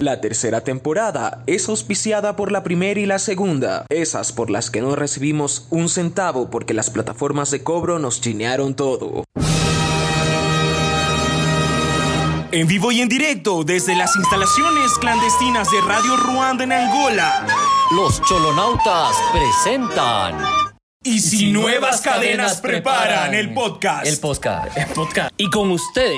La tercera temporada es auspiciada por la primera y la segunda, esas por las que no recibimos un centavo porque las plataformas de cobro nos chinearon todo. En vivo y en directo desde las instalaciones clandestinas de Radio Ruanda en Angola. Los Cholonautas presentan Y si, nuevas cadenas preparan el podcast. El podcast. podcast. Y con ustedes,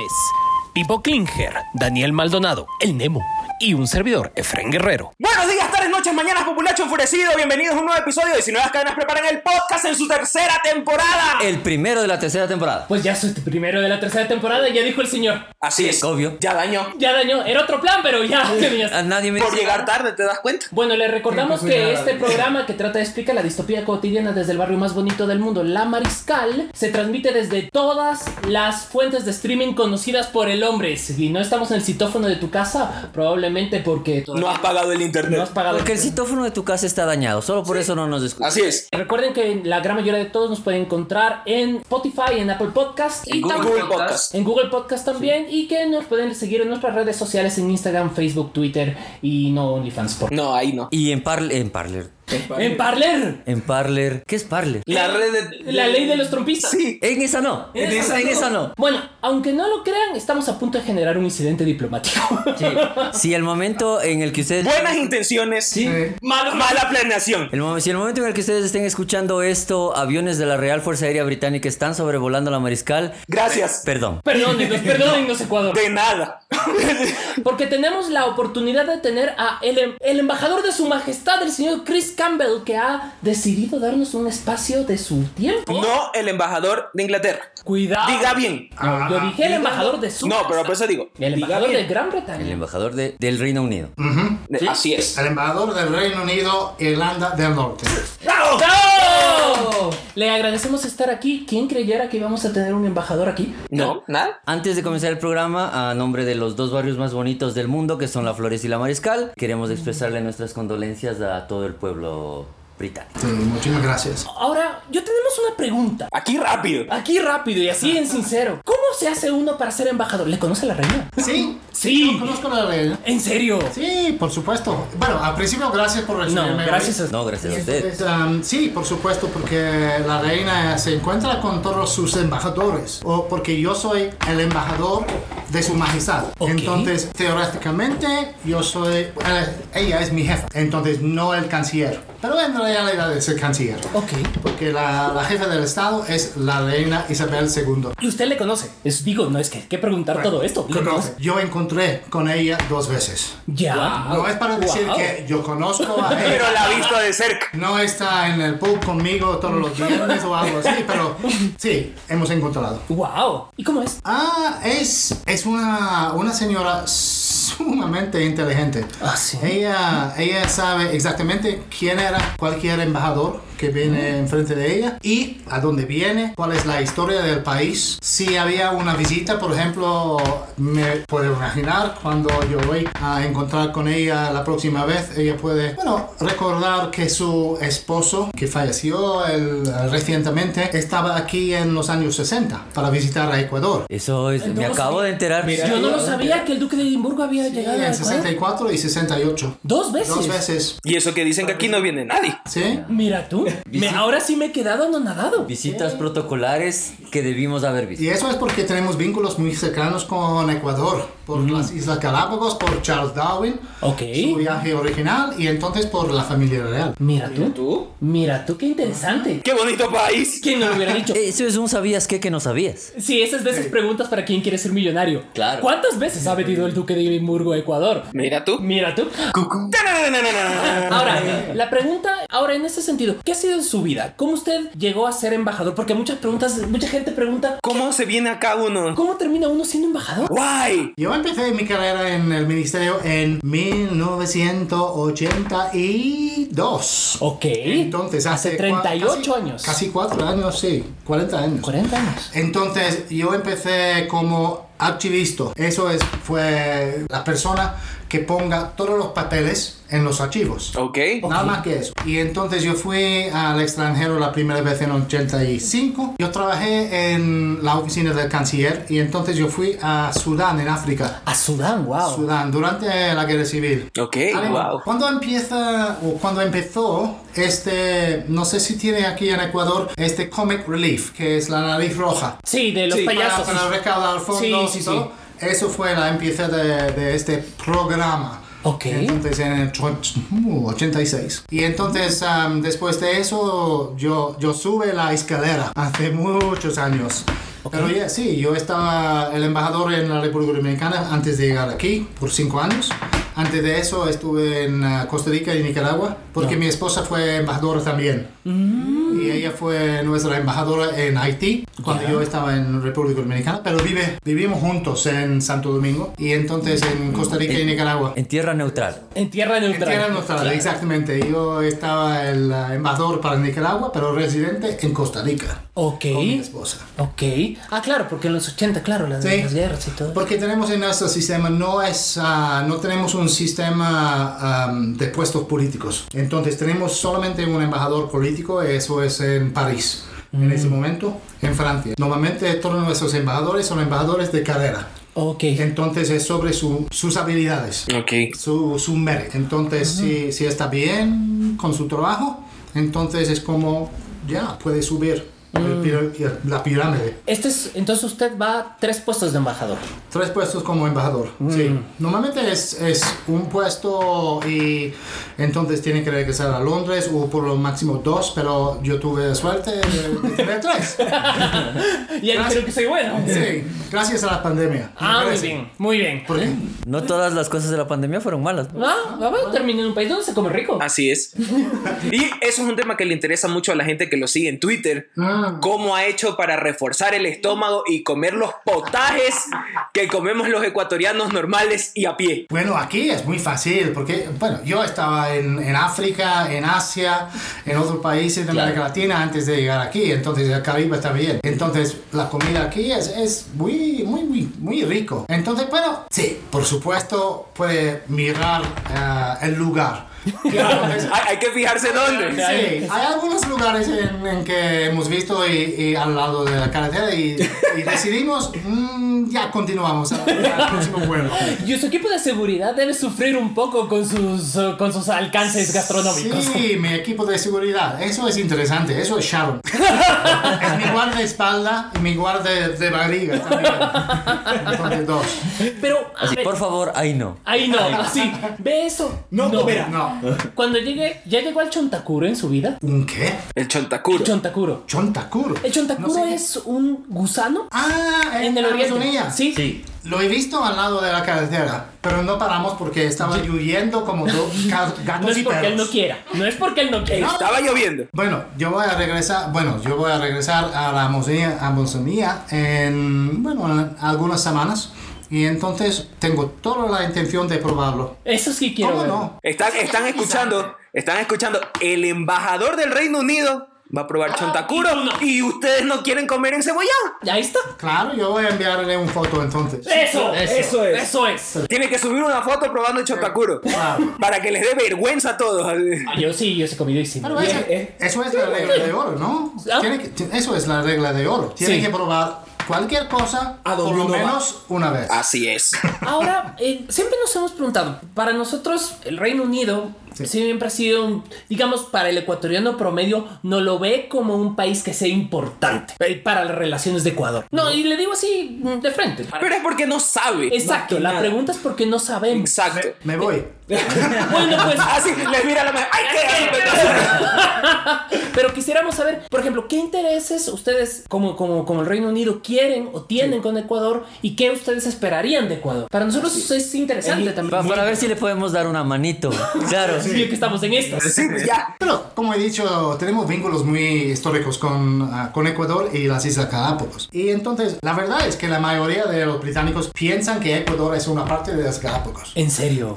Pipo Klinger, Daniel Maldonado, el Nemo y un servidor, Efren Guerrero. Buenos días, tardes, noches, mañanas, populacho enfurecido. Bienvenidos a un nuevo episodio de Si Nuevas Cadenas Preparan el Podcast en su tercera temporada. Eh, El primero de la tercera temporada. Pues ya soy tu primero de la tercera temporada, ya dijo el señor. Así es. obvio. Ya daño. Ya dañó, era otro plan, pero ya. A tenías. nadie me Por llegar tarde, ¿te das cuenta? Bueno, le recordamos que este programa que trata de explicar la distopía cotidiana desde el barrio más bonito del mundo, La Mariscal, se transmite desde todas las fuentes de streaming conocidas por el hombre. Si no estamos en el citófono de tu casa, probablemente porque No has pagado el no internet. has pagado Porque el citófono de tu casa está dañado. Solo por eso no nos escuchas. Así es. Recuerden que la gran mayoría de todos nos pueden encontrar en Spotify, en Apple Podcast y Google, también- Podcast. en Google Podcast también y que nos pueden seguir en nuestras redes sociales en Instagram, Facebook, Twitter y no OnlyFans. por- No, ahí no. Y en Parler. En Parler. En Parler, En Parler. ¿Qué es Parler? La red de. la ley de los trompistas. Sí. En esa no. En esa, no. Bueno, aunque no lo crean, estamos a punto de generar un incidente diplomático. Si el momento en el que ustedes. Buenas intenciones. Mala, mala planeación. El momen- si el momento en el que ustedes estén escuchando esto, aviones de la Real Fuerza Aérea Británica están sobrevolando la Mariscal. Gracias. Perdón. Perdónenos, perdónenos Ecuador. De nada. Porque tenemos la oportunidad de tener a el, em- el embajador de su majestad, el señor Chris Campbell, que ha decidido darnos un espacio de su tiempo. No el embajador de Inglaterra. Cuidado. Diga bien. No, yo dije el embajador de su. No, pero por eso digo. El diga embajador de bien. Gran El em- Bretaña. embajador de- del Reino Unido. Así es. El embajador del Reino Unido, Irlanda del Norte. ¡No! ¡Oh! Le agradecemos estar aquí. ¿Quién creyera que íbamos a tener un embajador aquí? No, nada. Antes de comenzar el programa, a nombre de los dos barrios más bonitos del mundo, que son La Flores y La Mariscal, queremos expresarle nuestras condolencias a todo el pueblo británico. Sí, Muchísimas gracias. Ahora, yo tenemos una pregunta. Aquí rápido. Aquí rápido y así en sincero. ¿Cómo se hace uno para ser embajador? ¿Le conoce la reina? Sí, Sí. yo conozco la reina. ¿En serio? Sí, por supuesto. Bueno, al principio gracias por recibirme. No, hoy. gracias a... No, gracias a usted. Entonces, um, sí, por supuesto, porque la reina se encuentra con todos sus embajadores, o porque yo soy el embajador de su majestad. Ok. Entonces, teóricamente, yo soy, eh, ella es mi jefa, entonces no el canciller, pero en realidad es el canciller, Ok. porque la, la jefa del Estado es la reina Isabel II. Y usted le conoce. Es, digo, no es que hay que preguntar todo esto. ¿Le conoce? Yo encontré con ella dos veces. Ya. No es para decir Wow. que yo conozco a ella. Pero la ha visto de cerca. No está en el pub conmigo todos los viernes o algo así, pero sí, hemos encontrado. Wow. ¿Y cómo es? Ah, es, es una, una señora sumamente inteligente. Ah, sí. Ella, ella sabe exactamente quién era cualquier embajador que viene enfrente de ella y a dónde viene, cuál es la historia del país. Si había una visita, por ejemplo, me puedo imaginar cuando yo voy a encontrar con ella la próxima vez, ella puede, bueno, recordar que su esposo, que falleció el- recientemente, estaba aquí en los años 60 para visitar a Ecuador. Eso es, me No lo acabo sabía. de enterar. Yo no lo sabía que el duque de Edimburgo había llegado a en Ecuador. 64 y 68. Dos veces. Dos veces. Y eso que dicen que aquí no viene nadie. ¿Sí? Mira tú. Me- ahora sí me he quedado anonadado. Visitas protocolares que debimos haber visto. Y eso es porque tenemos vínculos muy cercanos con Ecuador, por Mm. las Islas Galápagos, por Charles Darwin, Ok. su viaje original y entonces por la familia real. Mira tú. ¿Tú? Mira tú, qué interesante. ¡Qué bonito país! ¿Quién nos lo hubiera dicho? Eso es un sabías qué que no sabías. Sí, esas de esas preguntas para quien quiere ser millonario. Claro. ¿Cuántas veces ha venido el duque de Edimburgo a Ecuador? Mira tú. Mira tú. Ahora, la pregunta, ahora en ese sentido, ¿qué ha sido en su vida? ¿Cómo usted llegó a ser embajador? Porque muchas preguntas, mucha gente pregunta, ¿Cómo se viene acá uno? ¿cómo termina uno siendo embajador? Guay. Yo empecé mi carrera en el ministerio en 1982. Ok. Entonces, hace, Hace cua- 38 casi- años. Casi cuatro años, sí, 40 años. 40 años. Entonces yo empecé como archivista. Eso es, fue la persona que ponga todos los papeles en los archivos. Ok. Nada más que eso. Y entonces yo fui al extranjero la primera vez en 85. Yo trabajé en la oficina del canciller y entonces yo fui a Sudán, en África. A Sudán, wow. Sudán, durante la guerra civil. Ok, Además, wow. Cuando empieza o cuando empezó este, no sé si tiene aquí en Ecuador, este Comic Relief, que es la nariz roja. Sí, de los Sí, Para- payasos. Para, recaudar fondos Sí, sí, y todo. Eso fue la empieza de, de este programa. Ok. Entonces en el och- uh, 86. Y entonces am, después de eso yo, yo sube la escalera hace muchos años. Pero ya, sí, yo estaba el embajador en la República Dominicana antes de llegar aquí por cinco años. Antes de eso estuve en ah, Costa Rica y Nicaragua porque mi esposa fue embajadora también. Y ella fue nuestra embajadora en Haití cuando yo estaba en República Dominicana, pero vive, vivimos juntos en Santo Domingo y entonces en Costa Rica y Nicaragua. En tierra neutral. En tierra En neutral. tierra neutral, exactamente. Yo estaba el eh, embajador para Nicaragua, pero residente en Costa Rica Ok. con mi esposa. Ok. Ah, claro, porque en los 80, claro, las, Sí. las guerras y todo. Porque tenemos en nuestro sistema, no es, ah, no tenemos un sistema am, de puestos políticos. Entonces tenemos solamente un embajador político, eso es en París, en ese momento, en Francia. Normalmente todos nuestros embajadores son embajadores de carrera. Ok. Entonces es sobre su- sus habilidades, Ok. su, su mérito. Entonces si, si está bien con su trabajo, entonces es como, ya, puede subir el pir- la pirámide. Este es, entonces usted va a tres puestos de embajador. Tres puestos como embajador. Mm. Sí. Normalmente es, es un puesto y entonces tiene que regresar a Londres o por lo máximo dos, pero yo tuve suerte de, de tener tres. Y él creo que soy bueno. Sí, gracias a la pandemia. Ah, muy Gracias. bien, ¿Eh? muy bien. ¿Por qué? No todas las cosas de la pandemia fueron malas. Ah, a ver, terminé en un país donde se come rico. Así es. Y eso es un tema que le interesa mucho a la gente que lo sigue en Twitter. ¿Cómo ha hecho para reforzar el estómago y comer los potajes que comemos los ecuatorianos normales y a pie? Bueno, aquí es muy fácil porque, bueno, yo estaba en, en África, en Asia, en otros países de América Latina antes de llegar aquí, entonces el Caribe está bien. Entonces la comida aquí es, es muy, muy, muy, muy rico. Entonces, bueno, sí, por supuesto puede mirar eh, el lugar. Hay, hay que fijarse dónde. Sí, hay algunos lugares en, en que hemos visto y, y al lado de la carretera y, y decidimos, mm, ya continuamos al- al próximo vuelo. Y su equipo de seguridad debe sufrir un poco con sus, eh, con sus alcances gastronómicos. Sí, mi equipo de seguridad. Eso es interesante. Eso es Sharon. es mi guardaespalda y mi guarda de barriga también. Entonces, dos. Pero, a Así, ver, por favor, ahí no. ahí no, así. ¿Ve eso? No. Cuando llegue, ¿ya llegó al Chontacuro en su vida? ¿Un qué? El chontacuro. Chontacuro. Chontacuro. El Chontacuro No sé. es un gusano Ah, en, en el oriente. Amazonía. Sí. Sí. Lo he visto al lado de la carretera, pero no paramos porque estaba lloviendo como dos ga- gatos No es y porque él perros. no quiera. No es porque él no quiera. Estaba lloviendo. Bueno, yo voy a regresar, bueno, yo voy a regresar a la Amazonía, Amazonía en, bueno, en algunas semanas y entonces tengo toda la intención de probarlo. Eso sí quiero ¿Cómo ver. no? Están, están escuchando, están escuchando. El embajador del Reino Unido va a probar chontacuro Ah, y ustedes no quieren comer encebollado. Ahí está. Claro, yo voy a enviarle una foto entonces. Eso, Eso. eso es. Tienen que subir una foto probando el chontacuro Claro. para que les dé vergüenza a todos. Ah, Yo sí, yo sí he comido y sí. eh. Pero eso, eso es la regla de oro, ¿no? Ah. Tiene que- ti- eso es la regla de oro. Tiene Sí. que probar cualquier cosa A por donde lo uno va. menos una vez. Así es. Ahora, eh, siempre nos hemos preguntado, para nosotros el Reino Unido siempre ha sido, un- digamos, para el ecuatoriano promedio, no lo ve como un país que sea importante eh, para las relaciones de Ecuador. No, y le digo así mm, de frente. Pero es porque no sabe. Exacto, la pregunta es porque no sabemos. Exacto. Me voy. Bueno, pues Así les mira la mano. ¡Ay, qué asco! Pero quisiéramos saber, por ejemplo, qué intereses ustedes, como, como, como el Reino Unido, quieren o tienen con Ecuador y qué ustedes esperarían de Ecuador. Para nosotros es interesante también. Pa- para ver si le podemos dar una manito. Claro. Sí, que estamos en estas. Sí, ya. Pero, como he dicho, tenemos vínculos muy históricos con, ah, con Ecuador y las Islas Galápagos. Y entonces, la verdad es que la mayoría de los británicos piensan que Ecuador es una parte de las Galápagos. En serio.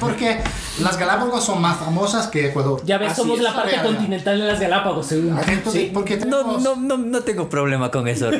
Porque las Galápagos son más famosas que Ecuador. Ya ves, Así somos es Ah, la parte realidad. continental de las Galápagos, según. Entonces, porque No, tenemos, no, no, no tengo problema con eso.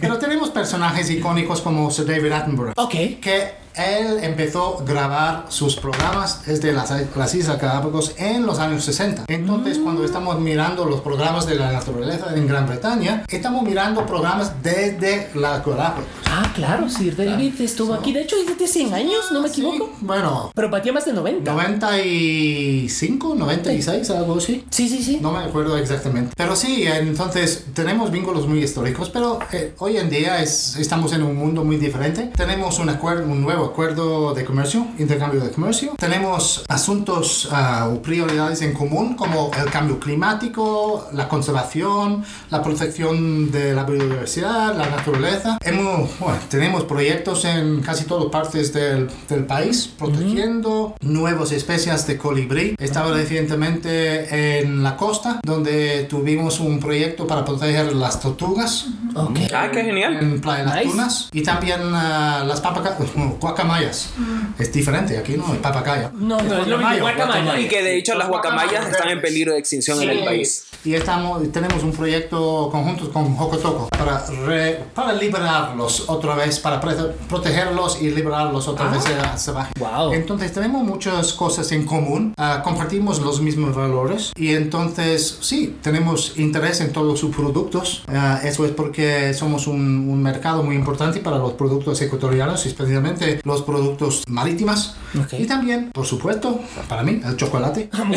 Pero tenemos personajes icónicos como Sir David Attenborough. Ok. que él empezó a grabar sus programas desde las, las Islas Galápagos en los años 60. Entonces, Mm. cuando estamos mirando los programas de la naturaleza en Gran Bretaña, estamos mirando programas desde las Galápagos. Ah, claro, Sir David estuvo aquí. De hecho, desde 100 años, no me equivoco. Sí, bueno, Pero batía más de 90. 95, 96, algo así. Sí, sí, sí. No me acuerdo exactamente. Pero sí, entonces tenemos vínculos muy históricos, pero eh, hoy en día es- estamos en un mundo muy diferente. Tenemos un, acuerdo, un nuevo acuerdo de comercio, intercambio de comercio. Tenemos asuntos ah, o prioridades en común como el cambio climático, la conservación, la protección de la biodiversidad, la naturaleza. Hemos, bueno, tenemos proyectos en casi todas partes del, del país protegiendo nuevas especies de colibrí. Estaba recientemente en la costa donde tuvimos un proyecto para proteger las tortugas Ok. Ah, qué genial. en Playa de las Nice. Tunas y también ah, las papacayas, guacamayas. Es diferente aquí, ¿no? El papacaya. No, no, es lo mismo. Guacamayo, Guacamayo. Y que de hecho las guacamayas están en peligro de extinción en el Sí. país. Y estamos, tenemos un proyecto conjunto con Jocotoco para, re- para liberarlos otra vez, para pre- protegerlos y liberarlos otra vez de la salvaje. Wow. Entonces tenemos muchas cosas en común, ah, compartimos los mismos valores y entonces sí, tenemos interés en todos sus productos. Ah, eso es porque somos un, un mercado muy importante para los productos ecuatorianos, especialmente los productos marítimas. Ok. Y también, por supuesto, para mí, el chocolate. Muy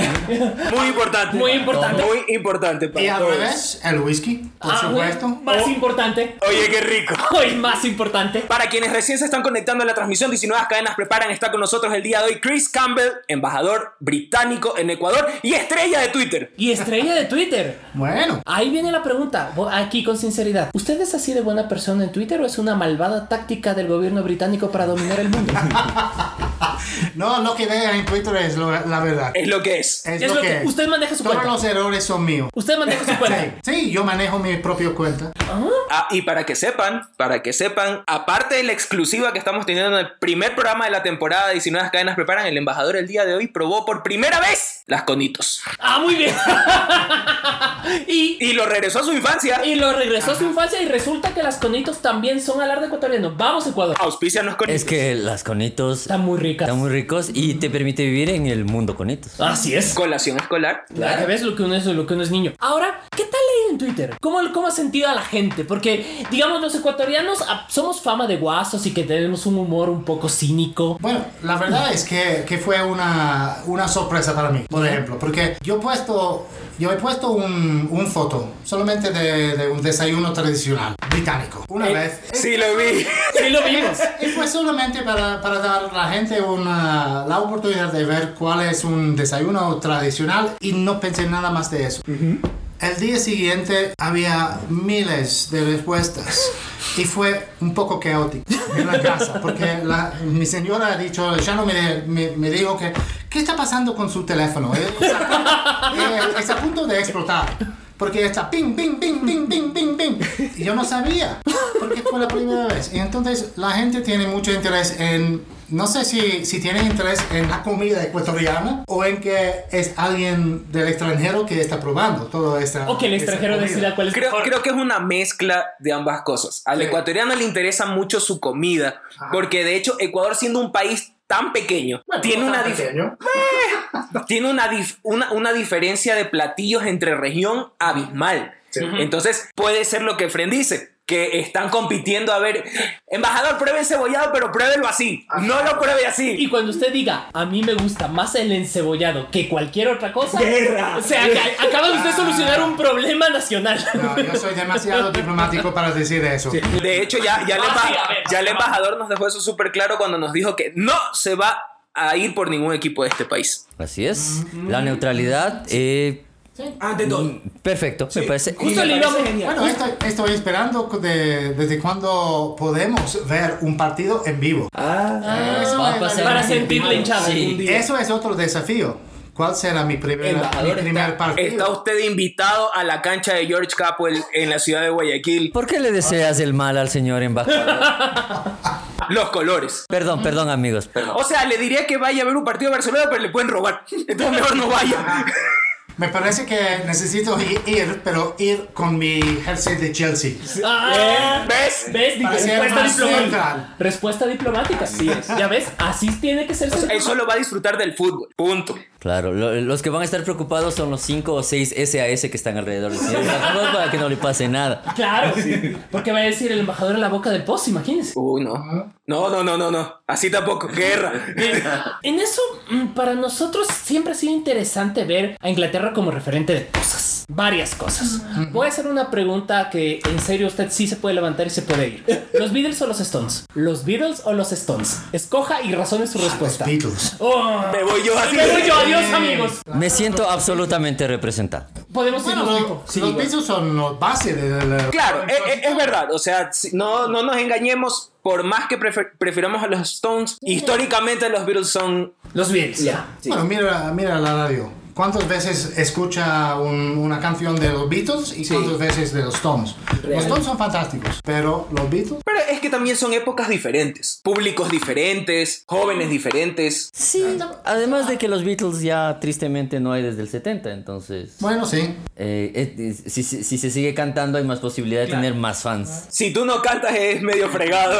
importante. Muy importante. Muy importante para Y al todos. revés, el whisky, por Ah, güey, supuesto. Más Oh. importante. Oye, qué rico. Hoy más importante. Para quienes recién se están conectando a la transmisión, 19 cadenas preparan, está con nosotros el día de hoy Chris Campbell, embajador británico en Ecuador y estrella de Twitter. Y estrella de Twitter. Bueno, Ahí viene la pregunta, vo- aquí con sinceridad. ¿Usted es así de buena persona en Twitter o es una malvada táctica del gobierno británico para dominar el mundo? no, lo que vea en Twitter es lo- la verdad. Es lo que es. es Es, lo, lo que, que- usted maneja su Todos cuenta. los errores son míos. Usted maneja su Sí, cuenta. sí, yo manejo mi propia cuenta. Ah, y para que sepan, para que sepan, aparte de la exclusiva que estamos teniendo en el primer programa de la temporada, 19 cadenas preparan, el embajador el día de hoy probó por primera vez las conitos. Ah, muy bien. y, Y lo regresó a su infancia. y lo regresó a su infancia y resulta que las conitos también son alarde ecuatoriano. Vamos, Ecuador. Auspicianos conitos. Es que las conitos Están muy ricas. están muy ricos y te permite vivir en el mundo conitos. Así es. Colación escolar. Claro. que ves lo que uno es lo que uno es niño. Ahora, ¿qué tal leído en Twitter? ¿Cómo, ¿Cómo ha sentido a la gente? Porque, digamos, los ecuatorianos ah, somos fama de guasos y que tenemos un humor un poco cínico. Bueno, la verdad es que, que fue una, una sorpresa para mí, por ejemplo, porque yo he puesto, yo he puesto un, un foto solamente de, de un desayuno tradicional británico. Una vez. Sí, lo vi. Sí, lo vimos. Y fue solamente para, para dar a la gente una, la oportunidad de ver cuál es un desayuno tradicional y no pensé nada más de eso. El día siguiente había miles de respuestas y fue un poco caótico en la casa porque la- mi señora ha dicho, ya no me, me, me dijo que, ¿qué está pasando con su teléfono? Eh, Es a punto, eh, es a punto de explotar. Porque está ping, ping, ping, ping, ping, ping, ping. Y yo no sabía, porque fue la primera vez. Y entonces la gente tiene mucho interés en, no sé si, si tiene interés en la comida ecuatoriana o en que es alguien del extranjero que está probando todo esta. O que el esta extranjero comida. decida cuál es Creo, mejor. creo que es una mezcla de ambas cosas. Al Sí. ecuatoriano le interesa mucho su comida, porque de hecho Ecuador siendo un país tan pequeño, Bueno, tiene, no una tan dif- pequeño. tiene una, dif- una, una diferencia de platillos entre región abismal. Entonces puede ser lo que Fren dice. Que están compitiendo a ver, embajador, pruebe el cebollado, pero pruébelo así. No lo pruebe así. Y cuando usted diga, a mí me gusta más el encebollado que cualquier otra cosa, Guerra. o sea, ac- acaba de usted solucionar un problema nacional. No, yo soy demasiado diplomático para decir eso. De hecho, ya, ya, el, Ah, sí, emba- a ver, ya el embajador nos dejó eso súper claro cuando nos dijo que no se va a ir por ningún equipo de este país. Así es. La neutralidad, eh, Ante todo. perfecto, me parece. Justo le íbamos. Bueno, esto- estoy esperando de- desde cuando podemos ver un partido en vivo. Eso Ah, va a es- pasar Ah, para en sentir la vivo. hinchada Sí. algún Eso es otro desafío. ¿Cuál será mi, primera, mi Embajador, primer está- partido? Está usted invitado a la cancha de George Capwell en la ciudad de Guayaquil. ¿Por qué le deseas el mal al señor embajador? Los colores. perdón, perdón amigos, perdón. O sea, le diría que vaya a ver un partido de Barcelona, pero le pueden robar. Entonces mejor no vaya. Me parece que necesito i- ir, pero ir con mi jersey de Chelsea. Ah, ¿Ves? ¿Ves? Digo, Para ser respuesta más diplomática. neutral. Respuesta diplomática, sí es. ¿Ya ves? Así tiene que ser. O sea, él solo va a disfrutar del fútbol. Punto. Claro, lo- los que van a estar preocupados son los 5 o 6 SAS que están alrededor del señor Garzón, para que no le pase nada. Claro, porque va a decir el embajador en la boca del post, imagínense. Uh, no. No, no, no, no, no. Así tampoco. Guerra. En eso, mm, para nosotros siempre ha sido interesante ver a Inglaterra como referente de cosas, varias cosas. Voy a hacer una pregunta que en serio usted sí se puede levantar y se puede ir. ¿Los Beatles o los Stones? ¿Los Beatles o los Stones? Escoja y razone su respuesta. Beatles. Oh, Me voy yo así. me voy yo, adiós amigos. Me siento absolutamente representado. Podemos Bueno, irnos. lo- Nico. Sí, los bueno. Beatles son los bases de la... Claro, e- e- es, verdad. O sea, si- no, no nos engañemos. Por más que prefer- prefiramos a los Stones, históricamente los Beatles son. Los Beatles, ya. Bueno, mira, mira la radio. ¿Cuántas veces escucha un- una canción de los Beatles y cuántas veces de los Stones? Los Stones son fantásticos, pero los Beatles... Pero es que también son épocas diferentes, públicos diferentes, jóvenes diferentes. Sí, además de que los Beatles ya tristemente no hay desde el 70, entonces... Bueno, sí. eh, eh, eh, si, si- si se sigue cantando hay más posibilidad de tener más fans. Si tú no cantas es medio fregado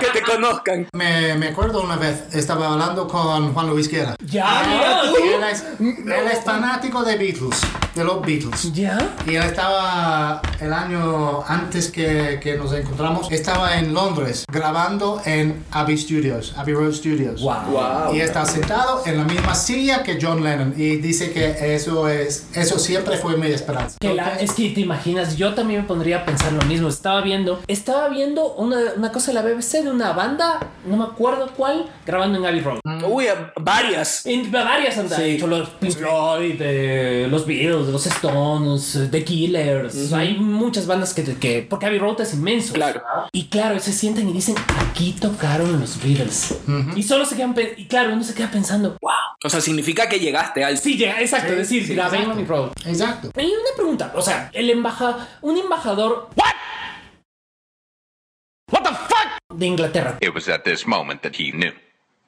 que te conozcan. Me, me acuerdo una vez, estaba hablando con Juan Luis Guerra. Ya, mira, tú. Él es, él es fanático de Beatles, de los Beatles. ¿Ya? Y él estaba el año antes que, que nos encontramos, estaba en Londres grabando en Abbey Studios, Abbey Road Studios. Wow. Y está sentado en la misma silla que John Lennon y dice que eso es eso siempre fue mi esperanza. Que la- es que te imaginas, yo también me pondría a pensar lo mismo. Estaba viendo, estaba viendo una, una cosa de la BBC de una banda, no me acuerdo cuál, grabando en Abbey Road. Uy, a- varias. En varias andan. Mm. Sí. De hecho, los Pink Floyd, eh, los Beatles, los Stones, eh, The Killers. Hay muchas bandas que, que- Porque Abbey Road es inmenso. Claro. Y claro, se sientan y dicen, aquí tocaron los Beatles. Y solo se quedan. pe- Y claro, uno se queda pensando, wow. O sea, significa que llegaste al. Sí, llega, exacto, es decir, grabé en Abbey Road. Exacto. Y una pregunta, o sea, el embaja, un embajador. What? the fuck? De Inglaterra. It was at this moment that he knew.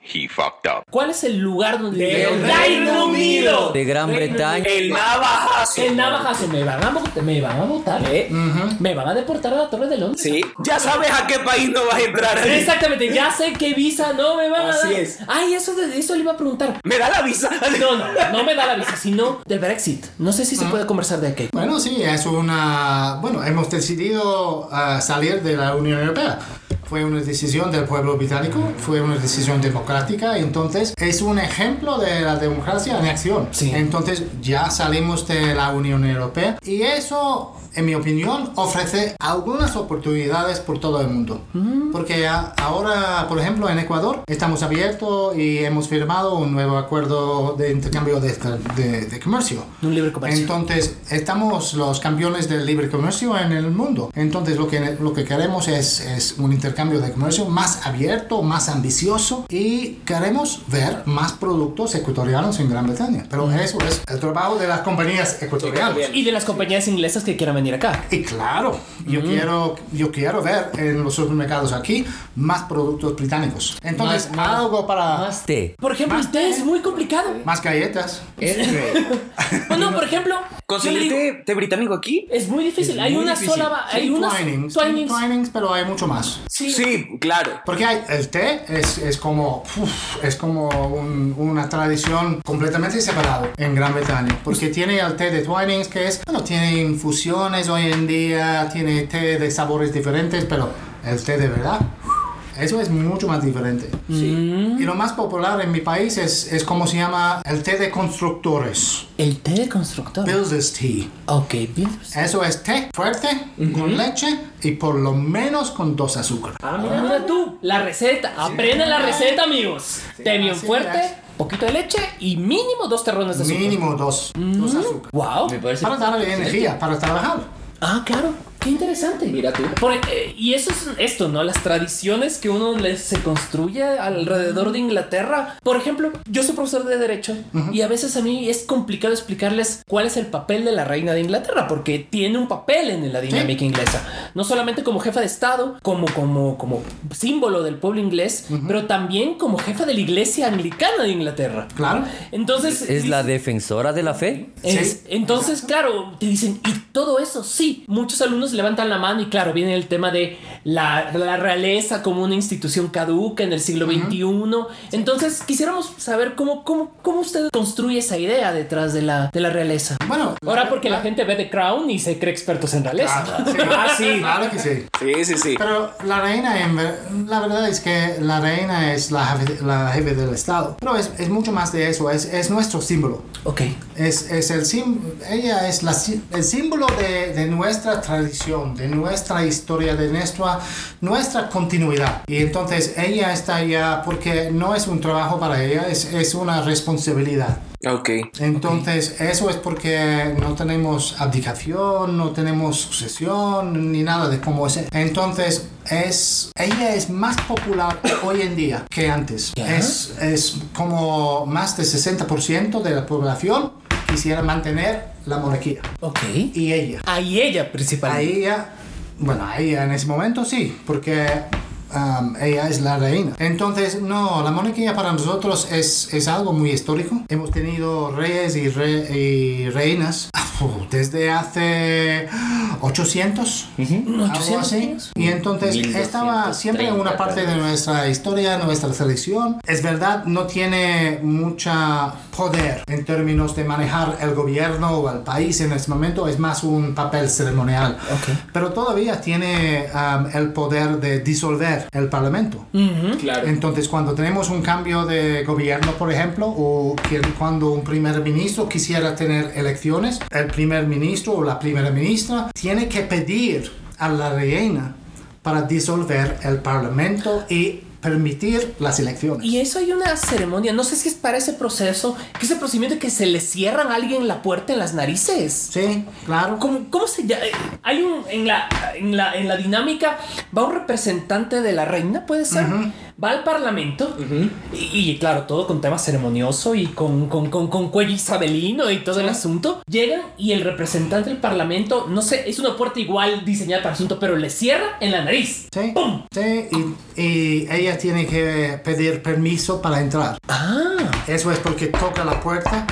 He fucked up. ¿Cuál es el lugar donde Del Reino Unido. De Gran Bretaña. El navajazo. El navajazo, me van a votar, me van a votar. ¿Eh? Me van a deportar a la Torre de Londres. Sí. Ya sabes a qué país no vas a entrar. Exactamente, ya sé que visa no me van Así a dar. es. Ay, eso, de- eso le iba a preguntar. Me da la visa. No, no, no me da la visa, sino del Brexit. No sé si se puede conversar de aquello. Bueno, sí, es una bueno, hemos decidido ah, salir de la Unión Europea. Fue una decisión del pueblo británico, fue una decisión democrática, entonces es un ejemplo de la democracia en acción. Sí. Entonces ya salimos de la Unión Europea y eso, en mi opinión, ofrece algunas oportunidades por todo el mundo. Porque a- ahora, por ejemplo, en Ecuador estamos abiertos y hemos firmado un nuevo acuerdo de intercambio de, de- de comercio. Un libre comercio. Entonces, estamos los campeones del libre comercio en el mundo. Entonces, lo que, lo que queremos es, es un intercambio de comercio más abierto, más ambicioso y queremos ver más productos ecuatorianos en Gran Bretaña. Pero eso es el trabajo de las compañías ecuatorianas. Y de las compañías inglesas que quieran venir acá. Y claro, yo, quiero, yo quiero ver en los supermercados aquí más productos británicos. Entonces, Más- más- algo para... Más, Más té. Por ejemplo, el té es muy complicado. galletas. Bueno, por ejemplo, yo le digo, ¿Conseguiste té británico aquí? es muy difícil. hay muy una difícil. sola, ba- hay Sí, unas Twinings, Twinings. Twinings, pero hay mucho más. Sí. Sí, claro. Porque hay- el té es, es como, uf, es como un- una tradición completamente separada en Gran Bretaña. Porque tiene el té de Twinings, que es, bueno, tiene infusiones hoy en día, tiene té de sabores diferentes, pero el té de verdad, uf, eso es mucho más diferente. Y lo más popular en mi país es, es como se llama el té de constructores, El té de constructor. Builders Tea. ok, Builders. Eso es té fuerte, con leche y por lo menos con dos azúcares. Ah, mira, mira tú, la receta. Aprende la receta, amigos. Té bien así fuerte, es. poquito de leche y mínimo dos terrones de azúcar. Mm. Mínimo dos, dos azúcares. Wow. Me parece... Para darle energía, para trabajar. Ah, claro. Qué interesante. Mira tú. Por- eh, y eso es esto, ¿no? Las tradiciones que uno le- se construye alrededor de Inglaterra. Por ejemplo, yo soy profesor de Derecho y a veces a mí es complicado explicarles cuál es el papel de la reina de Inglaterra, porque tiene un papel en la dinámica inglesa. No solamente como jefa de Estado, como, como, como símbolo del pueblo inglés, pero también como jefa de la iglesia anglicana de Inglaterra. Claro. Entonces. ¿Es la defensora de la fe? Es- Entonces, claro, te dicen, y todo eso, sí. Muchos alumnos levantan la mano y claro, viene el tema de la, la realeza como una institución caduca en el siglo XXI. Entonces, quisiéramos saber cómo, cómo, cómo usted construye esa idea detrás de la, de la realeza. Bueno, Ahora porque la gente ve The Crown y se cree expertos en realeza. Claro, sí. Ah, sí, claro que sí. Sí, sí, sí. Pero la reina, en ver- la verdad es que la reina es la jefe, la jefe del Estado. Pero es, es mucho más de eso, es, es nuestro símbolo. Ok. Es, es el sim- ella es la sí- el símbolo de, de nuestra tradición, de nuestra historia, de nuestra, nuestra continuidad. Y entonces ella está allá porque no es un trabajo para ella, es, es una responsabilidad. Ok. Entonces, eso es porque no tenemos abdicación, no tenemos sucesión, ni nada de cómo es. Entonces, es, ella es más popular hoy en día que antes. Es, es como más del 60% de la población quisiera mantener la monarquía. Ok. Y ella. Ahí ella principalmente. A ella, bueno, a ella en ese momento sí, porque um, ella es la reina. Entonces, no, la monarquía para nosotros es, es algo muy histórico. Hemos tenido reyes y, re- y reinas uf, desde hace 800. algo 800 así. años. Y entonces estaba siempre en una parte de nuestra historia, nuestra selección. Es verdad, no tiene mucha poder en términos de manejar el gobierno o el país en ese momento, es más un papel ceremonial. Pero todavía tiene um, el poder de disolver el parlamento. Claro. Entonces, cuando tenemos un cambio de gobierno, por ejemplo, o que- cuando un primer ministro quisiera tener elecciones, el primer ministro o la primera ministra tiene que pedir a la reina para disolver el parlamento y permitir las elecciones. Y eso hay una ceremonia, no sé si es para ese proceso, que ese procedimiento que se le cierran a alguien la puerta en las narices. Sí, claro. ¿Cómo, cómo se llama? Eh, Hay un. En la, en, la, en la dinámica va un representante de la reina, puede ser. Va al parlamento. y, y claro, todo con tema ceremonioso y con, con, con, con cuello isabelino y todo el asunto. Llegan y el representante del parlamento, no sé, es una puerta igual diseñada para asunto, pero le cierra en la nariz. Sí, sí, y, y ella tiene que pedir permiso para entrar. Ah, Eso es porque toca la puerta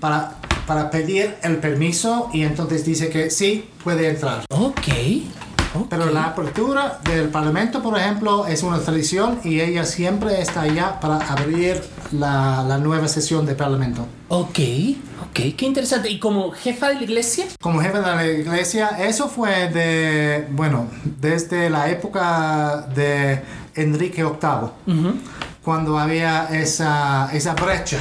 para, para pedir el permiso y entonces dice que sí, puede entrar. ok. Pero la apertura del Parlamento, por ejemplo, es una tradición y ella siempre está allá para abrir la, la nueva sesión del Parlamento. Ok, ok, qué interesante. Y como jefa de la iglesia, Como jefe de la iglesia, eso fue de, bueno, desde la época de Enrique VIII, cuando había esa, esa brecha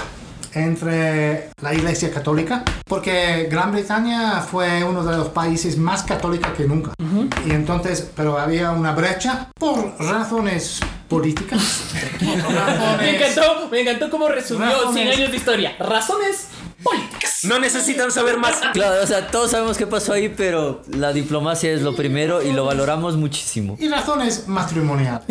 entre la iglesia católica, porque Gran Bretaña fue uno de los países más católicos que nunca. Y entonces, pero había una brecha por razones políticas. por me razones- encantó, me encantó cómo resumió Razones. 100 años de historia. Razones políticas. No necesitan saber más. Claro, o sea, todos sabemos qué pasó ahí, pero la diplomacia es lo primero y lo valoramos muchísimo. y razones matrimoniales.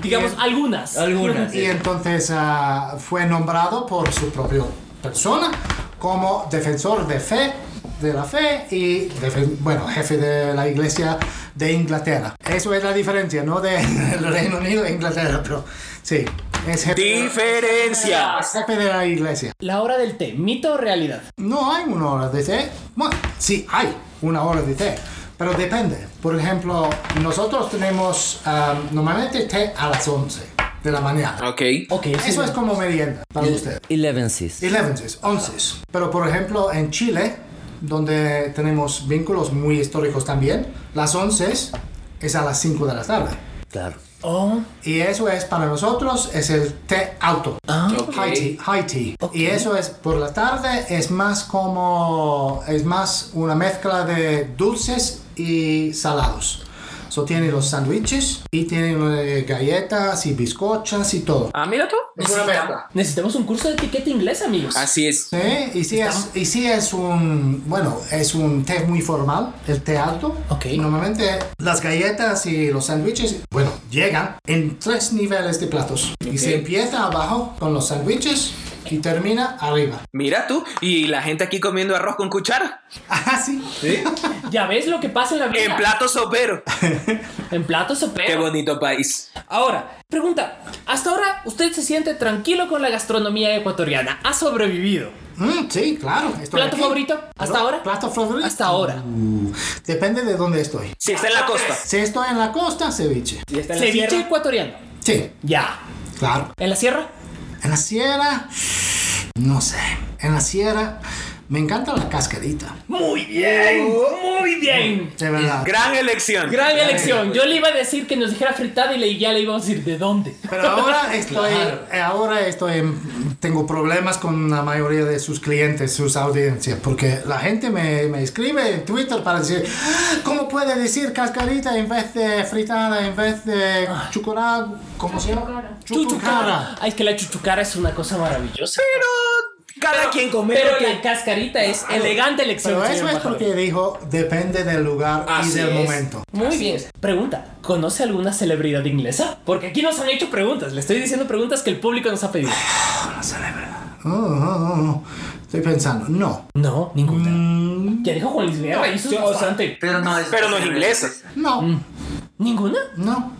Digamos, algunas. Algunas. Y entonces ah, fue nombrado por su propia persona como defensor de fe, de la fe y, defen- bueno, jefe de la iglesia de Inglaterra. Eso es la diferencia, ¿no? De- Del Reino Unido e Inglaterra, pero sí, es jefe, Diferencia. jefe de la iglesia. La hora del té, mito o realidad. No hay una hora de té. Bueno, sí, hay una hora de té, pero depende. Por ejemplo, nosotros tenemos ah, normalmente té a las 11 de la mañana. Ok. Ok, eso Eso es como merienda para usted. Elevenses. 11 onces. Pero por ejemplo, en Chile, donde tenemos vínculos muy históricos también, las onces es a las 5 de la tarde. Claro. Oh, Y eso es para nosotros, es el té auto. ah. Ok. High tea, high tea. Y eso es por la tarde, es más como, es más una mezcla de dulces y salados. So tiene los sándwiches y tiene eh, galletas y bizcochas y todo. Ah, mira tú. Es una mezcla. Necesitamos un curso de etiqueta inglés, amigos. Así es. Sí, y sí, es, y sí es un, bueno, es un té muy formal, el té alto. Ok. Normalmente las galletas y los sándwiches, bueno, llegan en tres niveles de platos. Y se empieza abajo con los sándwiches y termina arriba. Mira tú. Y la gente aquí comiendo arroz con cuchara. Ah, sí. Ya ves lo que pasa en la vida. En plato sopero. En plato sopero. Qué bonito país. Ahora, pregunta, hasta ahora usted se siente tranquilo con la gastronomía ecuatoriana, ha sobrevivido. Mm, sí, claro. estoy ¿Plato aquí. favorito? ¿Hasta Pero, ahora? ¿Plato favorito? Hasta ahora. Uh, depende de dónde estoy. Si está en la costa. Si estoy en la costa, ceviche. Si está en la Ceviche sierra. ecuatoriano. Sí, Ya. claro. ¿En la sierra? En la sierra, no sé. En la sierra, me encanta la cascarita. Muy bien. Oh. Muy bien. De verdad. Gran elección. Gran pues. elección. Yo le iba a decir que nos dijera fritada y le- ya le íbamos a decir de dónde. Pero ahora estoy, eh, ahora estoy, en- tengo problemas con la mayoría de sus clientes, sus audiencias, porque la gente me, me escribe en Twitter para decir, "Ah, ¿cómo puede decir cascarita en vez de fritada, en vez de chucurá? ¿Cómo se llama? Chucucara. Ay, es que la chuchucara es una cosa maravillosa. Pero cada quien come Pero lo que- la cascarita es elegante elección. Pero eso señor es embajador. porque dijo, depende del lugar Así y del es. momento. Muy bien. Pregunta, ¿conoce alguna celebridad inglesa? Porque aquí nos han hecho preguntas. Le estoy diciendo preguntas que el público nos ha pedido. Oh, oh, oh. Estoy pensando, no. No, ninguna. Mm. Ya dijo Juan Luis Guerra, hizo yo- bastante. Pero no es. Pero no es inglesa. No, ¿Ninguna? no.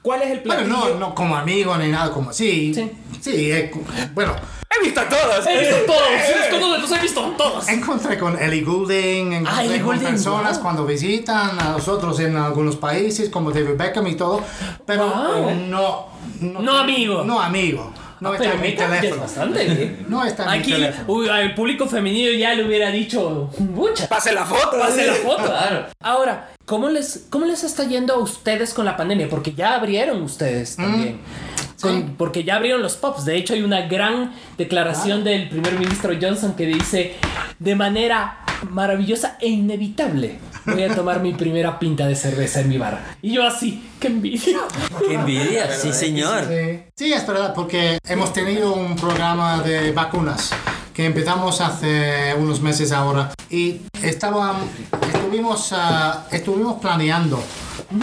¿Cuál es el Bueno, platillo? no, no como amigo ni nada como así. Sí. Sí, eh, bueno, He visto a todas. He visto todos, he visto todos, los he visto todos. Encontré con Ellie Goulding, encontré Ah, Ellie con Goulding, personas wow. cuando visitan a nosotros en algunos países, como David Beckham y todo, pero Wow. no, no. Ah. No amigo. No amigo. No está en mi mira, ya Ah, es teléfono. bastante. ¿eh? No está en Aquí, mi teléfono. uy, al público femenino ya le hubiera dicho, mucha. Pase la foto. Pase la foto. Ahora, ¿cómo les, ¿cómo les está yendo a ustedes con la pandemia? Porque ya abrieron ustedes Mm. también. Con- Porque ya abrieron los pubs. De hecho, hay una gran declaración del primer ministro Johnson que dice, de manera maravillosa e inevitable, voy a tomar mi primera pinta de cerveza en mi bar. Y yo así, qué envidia. Qué envidia, sí, señor. Sí. Sí, es verdad, porque hemos tenido un programa de vacunas que empezamos hace unos meses ahora y estaban, estuvimos, ah, estuvimos planeando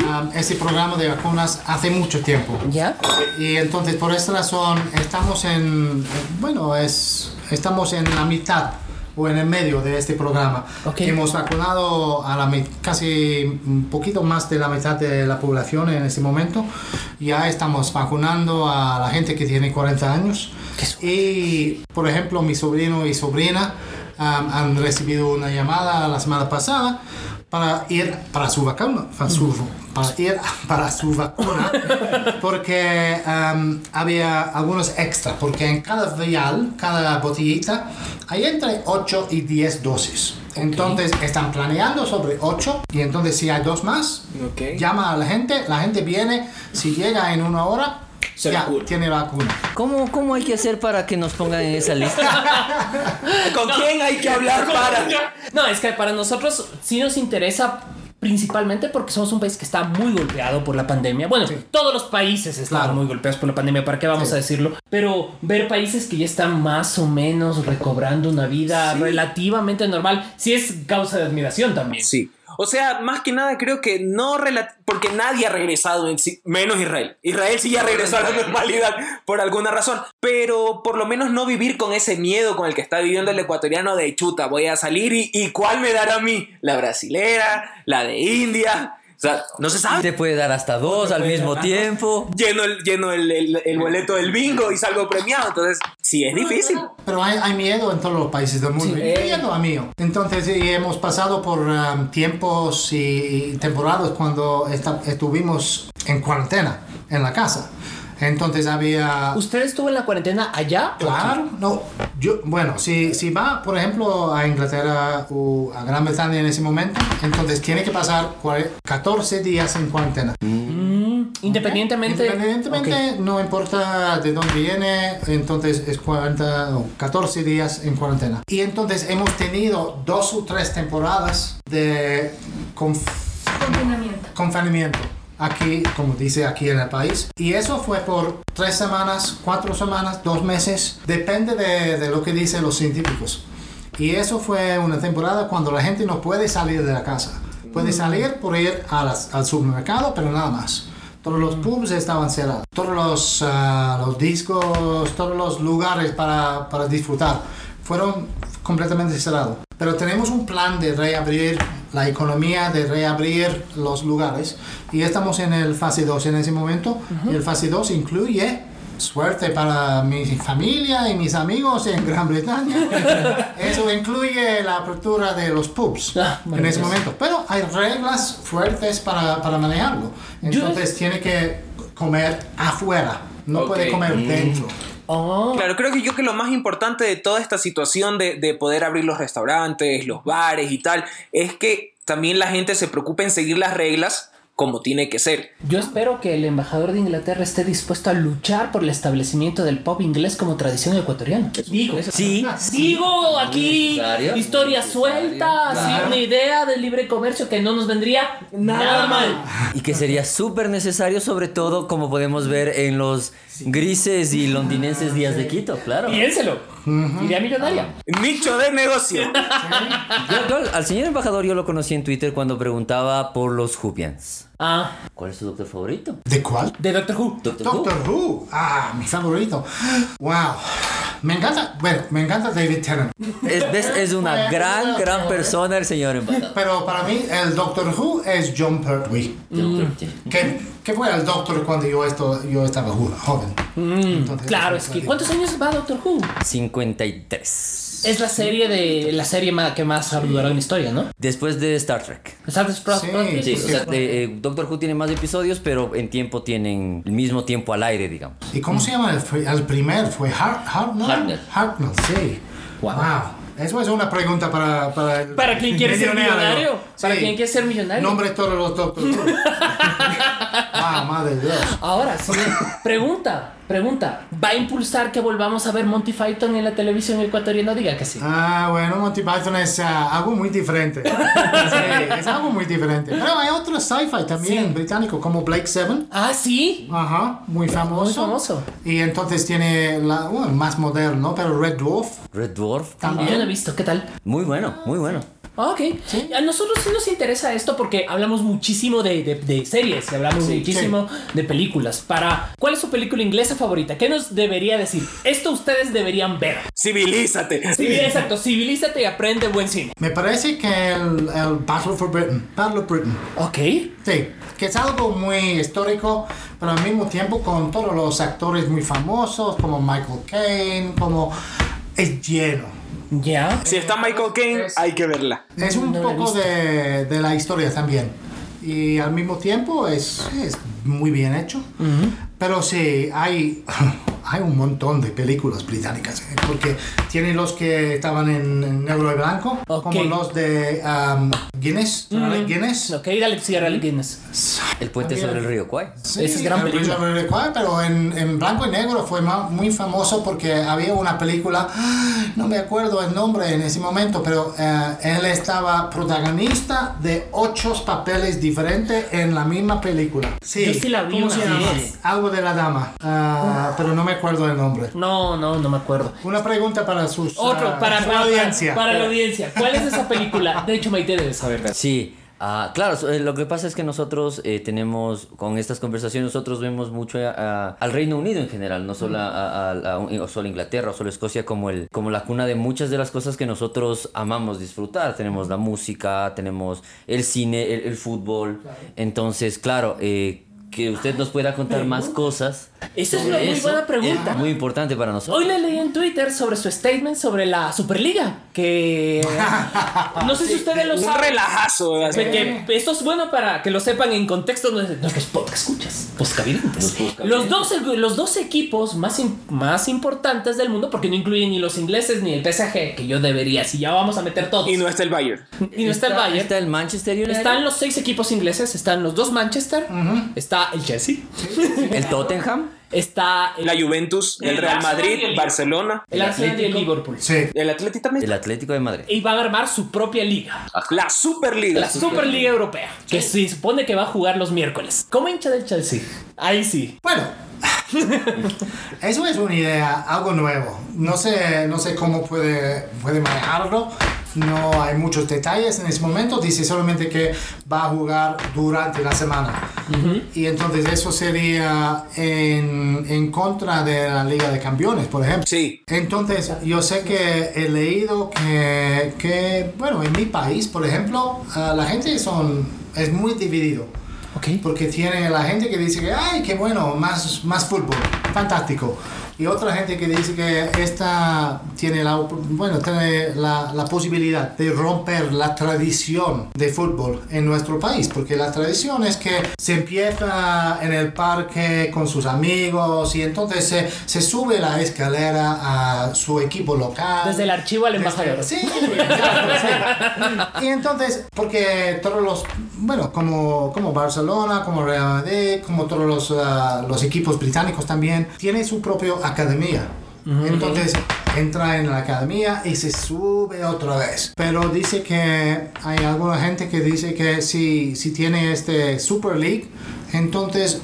ah, ese programa de vacunas hace mucho tiempo. ¿Ya? Y entonces por esta razón estamos en, bueno, es, estamos en la mitad o en el medio de este programa. Ok. Hemos vacunado a la mi- casi un poquito más de la mitad de la población en este momento. Ya estamos vacunando a la gente que tiene 40 años. Qué suerte. Y, por ejemplo, mi sobrino y sobrina um, han recibido una llamada la semana pasada para ir para su vacuna, para su, Mm. para ir para su vacuna, porque um, había algunos extra, porque en cada vial, cada botellita, hay entre 8 y 10 dosis. Entonces están planeando sobre 8 y entonces si hay dos más, Ok. llama a la gente, la gente viene, si llega en una hora, Se ya vacuna. tiene vacuna. ¿Cómo, ¿Cómo hay que hacer para que nos pongan en esa lista? ¿Con quién hay que hablar para? No, es que para nosotros sí nos interesa principalmente porque somos un país que está muy golpeado por la pandemia. Bueno, todos los países están Claro. muy golpeados por la pandemia, ¿para qué vamos a decirlo? Pero ver países que ya están más o menos recobrando una vida relativamente normal, sí es causa de admiración también. Sí. O sea, más que nada creo que no rela- porque nadie ha regresado, en sí- menos Israel. Israel sí ya regresó a la normalidad por alguna razón, pero por lo menos no vivir con ese miedo con el que está viviendo el ecuatoriano de chuta, voy a salir y, y cuál me dará a mí, la brasilera, la de India, o sea, no se sabe. Te puede dar hasta dos al mismo tiempo. Lleno el, lleno el, el- el boleto del bingo y salgo premiado, entonces sí es difícil. Pero hay, hay miedo en todos los países del mundo, incluyendo a mí. Entonces, y hemos pasado por um, tiempos y, y temporadas cuando esta- estuvimos en cuarentena en la casa. Entonces había... ¿Usted estuvo en la cuarentena allá? Claro, no. Yo, bueno, si, si va, por ejemplo, a Inglaterra o a Gran Bretaña en ese momento, entonces tiene que pasar cuare- 14 días en cuarentena. Independientemente. Independientemente, no importa de dónde viene, entonces es 40 o 14 días en cuarentena. Y entonces hemos tenido dos o tres temporadas de conf- Confinamiento. confinamiento aquí, como dice aquí en el país. Y eso fue por tres semanas, cuatro semanas, dos meses, depende de, de lo que dicen los científicos. Y eso fue una temporada cuando la gente no puede salir de la casa. Puede salir por ir a las- al supermercado, pero nada más. Todos los pubs estaban cerrados, todos los, ah, los discos, todos los lugares para, para disfrutar fueron completamente cerrados. Pero tenemos un plan de reabrir la economía, de reabrir los lugares y estamos en el fase 2 en ese momento. Y el fase 2 incluye suerte para mi familia y mis amigos en Gran Bretaña. Eso incluye la apertura de los pubs Ah, en ese maravilloso. momento. Pero hay reglas fuertes para, para manejarlo. Entonces tiene que comer afuera, no puede Ok. comer dentro. Oh, Claro, creo que yo que lo más importante de toda esta situación de, de poder abrir los restaurantes, los bares y tal, es que también la gente se preocupa en seguir las reglas como tiene que ser. yo espero que el embajador de Inglaterra esté dispuesto a luchar por el establecimiento del pop inglés como tradición ecuatoriana. Digo, Sí, digo aquí necesario, historia necesario, suelta, claro. sin una idea del libre comercio que no nos vendría nada, mal. y que sería súper necesario, sobre todo como podemos ver en los grises y londinenses días de Quito, claro. Piénselo. Idea millonaria. Nicho de negocio. Yo- yo al- al señor embajador yo lo conocí en Twitter cuando preguntaba por los Jupians. Ah, ¿Cuál es su doctor favorito? ¿De cuál? de Doctor Who. Doctor Who. Doctor Who. Ah, mi favorito. Wow. Me encanta, bueno, me encanta David Tennant. Es, ves, es una gran, gran persona el señor embajador. Pero para mí el Doctor Who es John Pertwee. Que, que fue el Doctor cuando yo, esto, yo estaba jo- joven. Entonces, Mm, Claro, es eso que me ¿cuántos años va Doctor Who? 53. Es la serie de la serie ma- que más ha durado en historia, ¿no? Después de Star Trek. Star Trek Pro- Sí, Pro- Sí, o Sí, sea, fue. eh, eh, Doctor Who tiene más episodios, pero en tiempo tienen el mismo tiempo al aire, digamos. ¿Y cómo se llama el, fri- el primer? ¿Fue Har- Hartnell? Hartnell. Hartnell, sí. Wow. Eso es una pregunta para... Para, el Para quien quiere ser millonario. Para Sí. quien quiere ser millonario. Nombre de todos los doctores. ah, madre de Dios. Ahora sí. pregunta, pregunta. ¿Va a impulsar que volvamos a ver Monty Python en la televisión ecuatoriana? Diga que sí. Ah, bueno, Monty Python es ah, algo muy diferente. Sí, es algo muy diferente. Pero hay otros sci-fi también británico, como Blake Seven. Ah, sí. Ajá, muy famoso. Muy famoso. Y entonces tiene la, bueno, más moderno, pero Red Dwarf. Red Dwarf. Yo no he visto, ¿qué tal? Muy bueno, muy bueno. Ah, Ok, a nosotros sí nos interesa esto porque hablamos muchísimo de, de- de series, y hablamos muchísimo de películas. Para, ¿Cuál es su película inglesa favorita? ¿Qué nos debería decir? Esto ustedes deberían ver. Civilízate. Sí, exacto, civilízate y aprende buen cine. Me parece que el, el Battle for Britain. Battle of Britain. Ok. Sí, que es algo muy histórico, pero al mismo tiempo con todos los actores muy famosos, como Michael Caine, como... Es lleno. Ya. Si está Michael Caine, hay que verla. Es No un la he poco visto. de, de la historia también. Y al mismo tiempo es, es muy bien hecho. Pero sí, hay, hay un montón de películas británicas. ¿eh? Porque tienen los que estaban en, en negro y blanco, Ok. como los de um, Guinness. Guinness. Ok, dale, sí, dale, Guinness. El puente sobre el río Kwai. Sí, Esa es gran el película. Bridge over the Kwai, pero en, en blanco y negro fue ma- muy famoso porque había una película, ¡ah! no me acuerdo el nombre en ese momento, pero eh, él estaba protagonista de ocho papeles diferentes en la misma película. Sí, Yo sí la vi ¿cómo una se llama? vez. Algo de la dama, ah, pero no me acuerdo el nombre. No, no, no me acuerdo. Una pregunta para sus Otro, ah, para, su para, audiencia. para la audiencia. ¿Cuál es esa película? De hecho, Maite debe saber. Sí, ah, claro, so- eh, lo que pasa es que nosotros eh, tenemos, con estas conversaciones, nosotros vemos mucho a- a- al Reino Unido en general, no solo, a, a- a- a un- o solo Inglaterra o solo Escocia como, el, como la cuna de muchas de las cosas que nosotros amamos disfrutar. Tenemos la música, tenemos el cine, el, el fútbol. Entonces, claro, eh, que usted nos pueda contar más cosas. Esa es sobre una muy eso buena pregunta. es muy importante para nosotros. Hoy le leí en Twitter sobre su statement sobre la Superliga. Que. No sé si ustedes lo Un saben. relajazo. así. Que esto es bueno para que lo sepan en contexto de nuestros podcast escuchas, poscavidentes. Los, dos los dos equipos más, im- más importantes del mundo, porque no incluyen ni los ingleses ni el PSG, que yo debería, si ya vamos a meter todos. Y no está el Bayern. Y no está el Bayern. Está el Manchester United. Están los seis equipos ingleses, están los dos Manchester, está está el Chelsea, El Tottenham. está el, La Juventus, el El Real Arsenal y Madrid, el Liverpool. Barcelona, el Arsenal y el Liverpool. Sí. el Atlético también. El Atlético de Madrid. Y van a armar su propia liga. La Superliga. La Superliga Europea, que se supone que va a jugar los miércoles. Como hincha del Chelsea. Ahí sí. Bueno, eso es una idea, algo nuevo. No sé, no sé cómo puede, puede manejarlo. No hay muchos detalles en ese momento. Dice solamente que va a jugar durante la semana. Y entonces eso sería en, en contra de la Liga de Campeones, por ejemplo. Sí. Entonces, yo sé que he leído que, que, bueno, en mi país, por ejemplo, ah, la gente son, es muy dividido. Ok. Porque tiene la gente que dice que, ay, qué bueno, más, más fútbol, fantástico. Y otra gente que dice que esta tiene la, op- bueno, tiene la, la posibilidad de romper la tradición de fútbol en nuestro país. Porque la tradición es que se empieza en el parque con sus amigos y entonces se, se sube la escalera a su equipo local. Desde el archivo al Desde- embajador. Este, Sí, claro, sí. Y entonces, porque todos los, bueno, como, como Barcelona, como Real Madrid, como todos los, ah, los equipos británicos también, tiene su propia academia. Entonces entra en la academia y se sube otra vez. Pero dice que hay alguna gente que dice que si, si tiene este Super League, entonces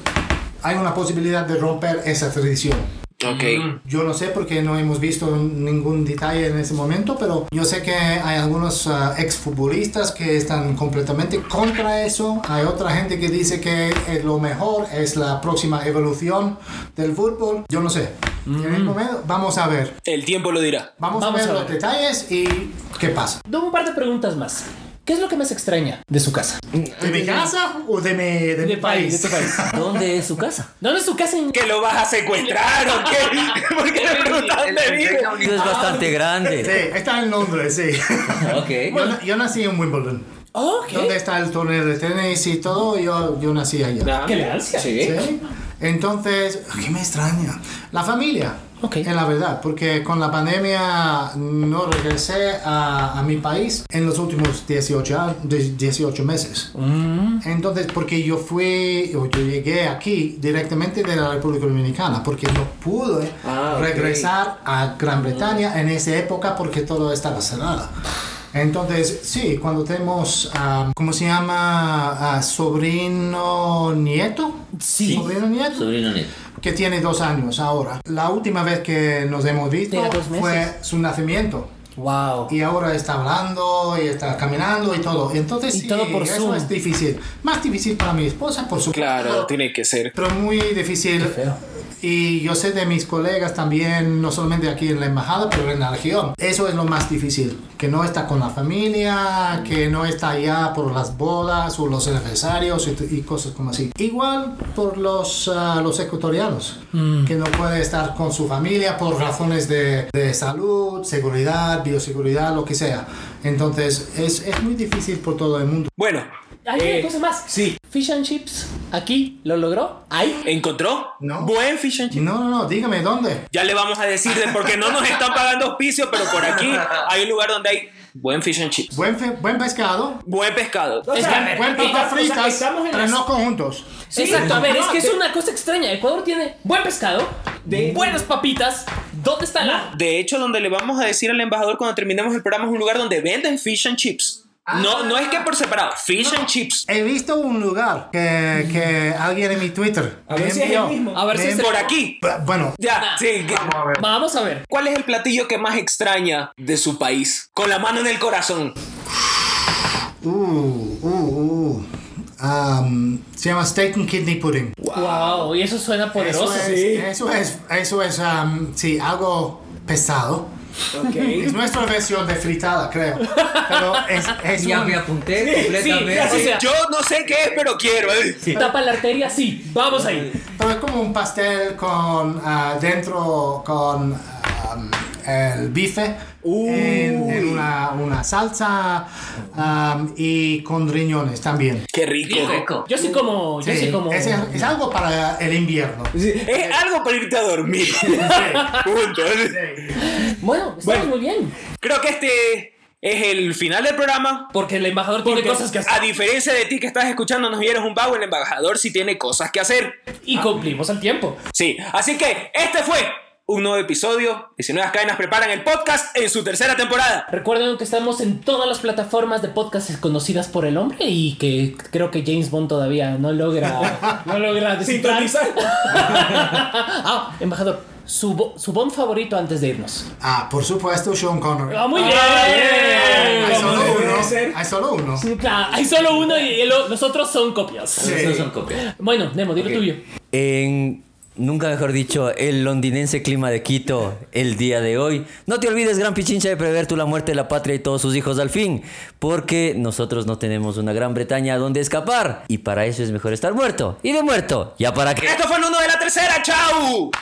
hay una posibilidad de romper esa tradición. Ok. Yo no sé porque no hemos visto ningún detalle en ese momento, pero yo sé que hay algunos ah, exfutbolistas que están completamente contra eso. Hay otra gente que dice que eh, lo mejor es la próxima evolución del fútbol. Yo no sé. En el momento, vamos a ver. El tiempo lo dirá. Vamos, Mm. Vamos a ver a los ver. detalles y qué pasa. Dame un par de preguntas más. ¿Qué es lo que más extraña de su casa? ¿De mi casa o de mi, de mi país? De tu país. ¿Dónde es su casa? ¿Dónde es su casa? En... ¿Que lo vas a secuestrar o qué? ¿Por qué le preguntas dónde vive? Es bastante grande. Sí, está en Londres, sí. Ok. Yo, na- yo nací en Wimbledon. Oh, Ok. ¿Dónde está el torneo de tenis y todo? Yo, yo nací allá. ¿Qué le ansia? ¿Sí? Entonces, ¿qué me extraña? La familia. Ok. En la verdad, porque con la pandemia no regresé a, a mi país en los últimos 18, a- de- 18 meses. Entonces, porque yo fui, o yo llegué aquí directamente de la República Dominicana, porque no pude Ah, ok. regresar a Gran Bretaña en esa época porque todo estaba cerrado. Entonces, sí, cuando tenemos, ah, ¿cómo se llama? Ah, sobrino nieto. Sí. Sobrino nieto Sobrino nieto. que tiene dos años ahora. La última vez que nos hemos visto Tenía dos meses. fue su nacimiento. Wow. Y ahora está hablando y está caminando y todo. Entonces, Y sí, todo por eso Zoom. es difícil. Más difícil para mi esposa, por supuesto. Claro, tiene que ser. Pero muy difícil. Y yo sé de mis colegas también, no solamente aquí en la embajada, pero en la región. Eso es lo más difícil. Que no está con la familia, que no está allá por las bodas o los aniversarios y, t- y cosas como así. Igual por los, ah, los ecuatorianos, que no puede estar con su familia por razones de, de salud, seguridad, bioseguridad, lo que sea. Entonces es, es muy difícil por todo el mundo. Bueno, Hay Eh, una cosa más. sí. Fish and chips. Aquí lo logró. Ahí. ¿encontró? No. Buen fish and chips. No, no, no, dígame dónde. Ya le vamos a decir de- porque no nos están pagando auspicio, pero por aquí hay un lugar donde hay buen fish and chips. Buen, fe- buen pescado, Buen pescado. O Es sea, que, a ver, buen papas o sea, fritas, estamos en pero las- no conjuntos. Exacto. A ver, es que es te- una cosa extraña. Ecuador tiene buen pescado, buenas papitas. ¿Dónde está la? De hecho, donde le vamos a decir al embajador cuando terminemos el programa es un lugar donde venden fish and chips. No, no es que por separado, fish and chips. He visto un lugar que, que alguien en mi Twitter. A ver me si es el envió. mismo. A ver si Me es el- Por aquí. Bu- Bueno, Ya, sí. que- Vamos a ver. ¿Cuál es el platillo que más extraña de su país? Con la mano en el corazón. uh, uh, uh. Um, se llama steak and kidney pudding. Wow. y eso suena poderoso. Eso es, eso es, eso es, um, sí, algo pesado. Es nuestra versión de fritada, creo. Pero es, es Ya un- me apunté sí, ya, completamente. o sea, Yo no sé qué es, pero quiero. eh. tapa la arteria, sí. Vamos ahí. Pero es como un pastel con ah, dentro con um, el bife en, en una, una salsa um, y con riñones también. Qué rico. Yo sí como. Yo sí, Sí, como. es, es algo para el invierno. Es algo para irte a dormir. Punto. Bueno, estamos muy bien. Creo que este es el final del programa. Porque el embajador Porque tiene cosas que a hacer. diferencia de ti que estás escuchando, nos vieron un vago, el embajador sí tiene cosas que hacer. Y cumplimos al tiempo. Sí, así que este fue un nuevo episodio. 19 cadenas preparan el podcast en su tercera temporada. Recuerden que estamos en todas las plataformas de podcast conocidas por el hombre y que creo que James Bond todavía no logra, no logra descifrar. ah, embajador, su, bo- su Bond favorito antes de irnos. Ah, por supuesto, Sean Connery. Ah, muy bien. bien. Hay solo ¿cómo uno. debe ser? Hay solo uno. Claro, hay solo uno y el o- los otros son copias. Sí. Esos son copias. Bueno, Nemo, dilo Ok. tuyo. En, nunca mejor dicho, el londinense clima de Quito el día de hoy. No te olvides, gran pichincha, de prever tú la muerte de la patria y todos sus hijos al fin, porque nosotros no tenemos una Gran Bretaña a donde escapar, y para eso es mejor estar muerto. Y de muerto, ¿ya para qué? Esto fue el uno de la tercera, chau.